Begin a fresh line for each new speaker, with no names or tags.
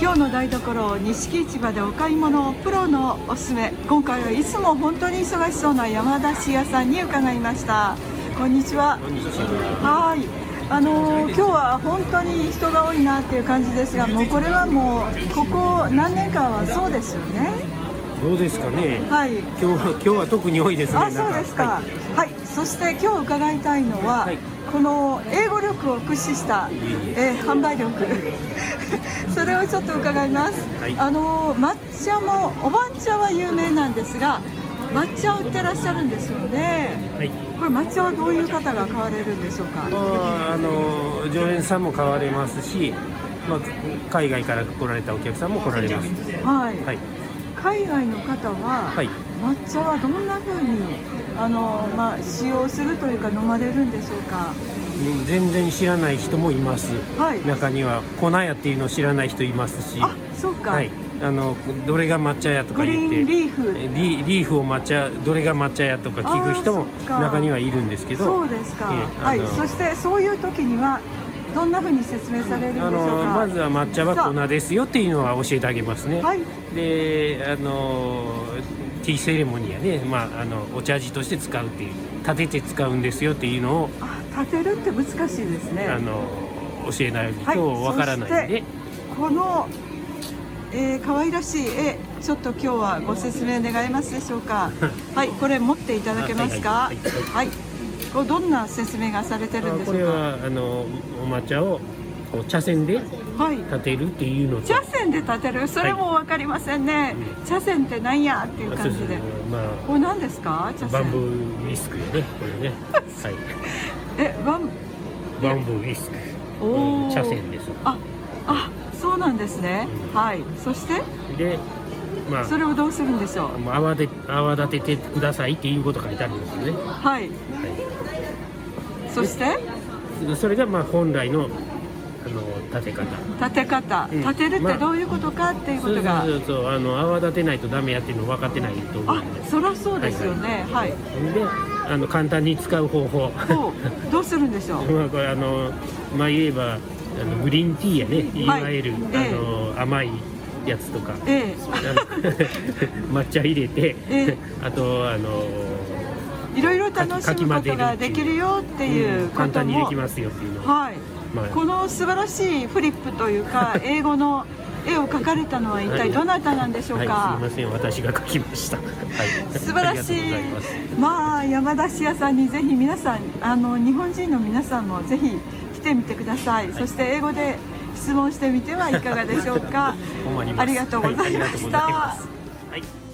今日の台所錦市場でお買い物をプロのおすすめ今回はいつも本当に忙しそうな山田市屋さんに伺いましたこんにちははいあのー今日は本当に人が多いなっていう感じですがもうこれはもうここ何年間はそうですよね
どうですかね。
はい
今日は今日は特に多いですね。
あそうですか
は
はいい、そして今日伺いたいのは、
はい
この英語力を駆使した、えー販売力 それをちょっと伺います、
はい
あのー抹茶もお番茶は有名なんですが抹茶を売ってらっしゃるんですよね
はい。
これ抹茶はどういう方が買われるんでしょうか
まああの常連さんも買われますし、まあ海外から来られたお客さんも来られます。
はい、
はい。
海外の方は、
はい
抹茶はどんな風にあのーまあ使用するというか飲まれるんでしょうか
うん全然知らない人もいます。
はい
中には粉屋っていうのを知らない人いますし。
あそうか、
はい。あのどれが抹茶やとか
グリ
言
ー
って。
ンリーフ
リリーフを抹茶どれが抹茶やとか聞く人も
あーそっか
中にはいるんですけど
そうですか、
ええあ
はい
の、
そしてそういう時にはどんな風に説明されるんでしょ
あ
うか
のまずは抹茶は粉ですよっていうのは教えてあげますね、
はい
であのティーセレモニーやね、まあ、あのお茶事として使うっていう立てて使うんですよっていうのを、
あ立てるって難しいですね
あの教えない
はい
とわからないんで、
この、えー、可愛らしい絵ちょっと今日はご説明願えますでしょう かはいこれ持っていただけますか
あはいはいはい
はいこれどんな説明がされてるんで
あ
し
こ
ょ
れ
うか
はあのお抹茶をこう茶筅で
はい
立てるっていうのと
茶筅で立てるそれも分かりませんね、
う
茶筅ってなんやっていう
あそう
感
そ
じ
う
で
ま
これ何ですか茶
あ
筅
バンブーウィスクよねこれね はい
えバン
バンブーウィスク
おー
茶筅です
あ、あ、そうなんですね。
うん
はい。そして
でまあ
それをどうするんでしょう。
もう泡で泡立ててくださいっていうこと書いてあるんですよね、は
はい。そして
い、それがまあ本来のあの立て方
立て方、
うん
立てるっ
ま
て
あ
どういうことかっていうこ
そう
と
そう
が
そ、うそうあの泡立てないとダメやっていうの分かってないと思う
あ
ん、です
そりゃそうですよね。はい。
であの簡単に使う方法
こうどうするんでしょう。
まあこれあのまあ言えばあのグリーンティーやねい
はい
わゆる、
ええ
あの甘いやつとか
ええ、
あの 抹茶入れて、
ええ
あとあの
いろいろ楽しむことが
かき混ぜるってい
で
う
きるよっていううんこ
簡
と
単にで
も
き、ますよっていうのを
はい。
まあ
この素晴らしいフリップというか英語の絵を描かれたのは一体どなたなんでしょうか。
はい、すみません、私が書きました。はい、
素晴らしい
ありがとうございます。
まあ山田市屋さんにぜひ皆さんあの日本人の皆さんもぜひ来てみてください、そして英語で質問してみてはいかがでしょうか
困ります
ありがとうございました、
はいありがとうございますはい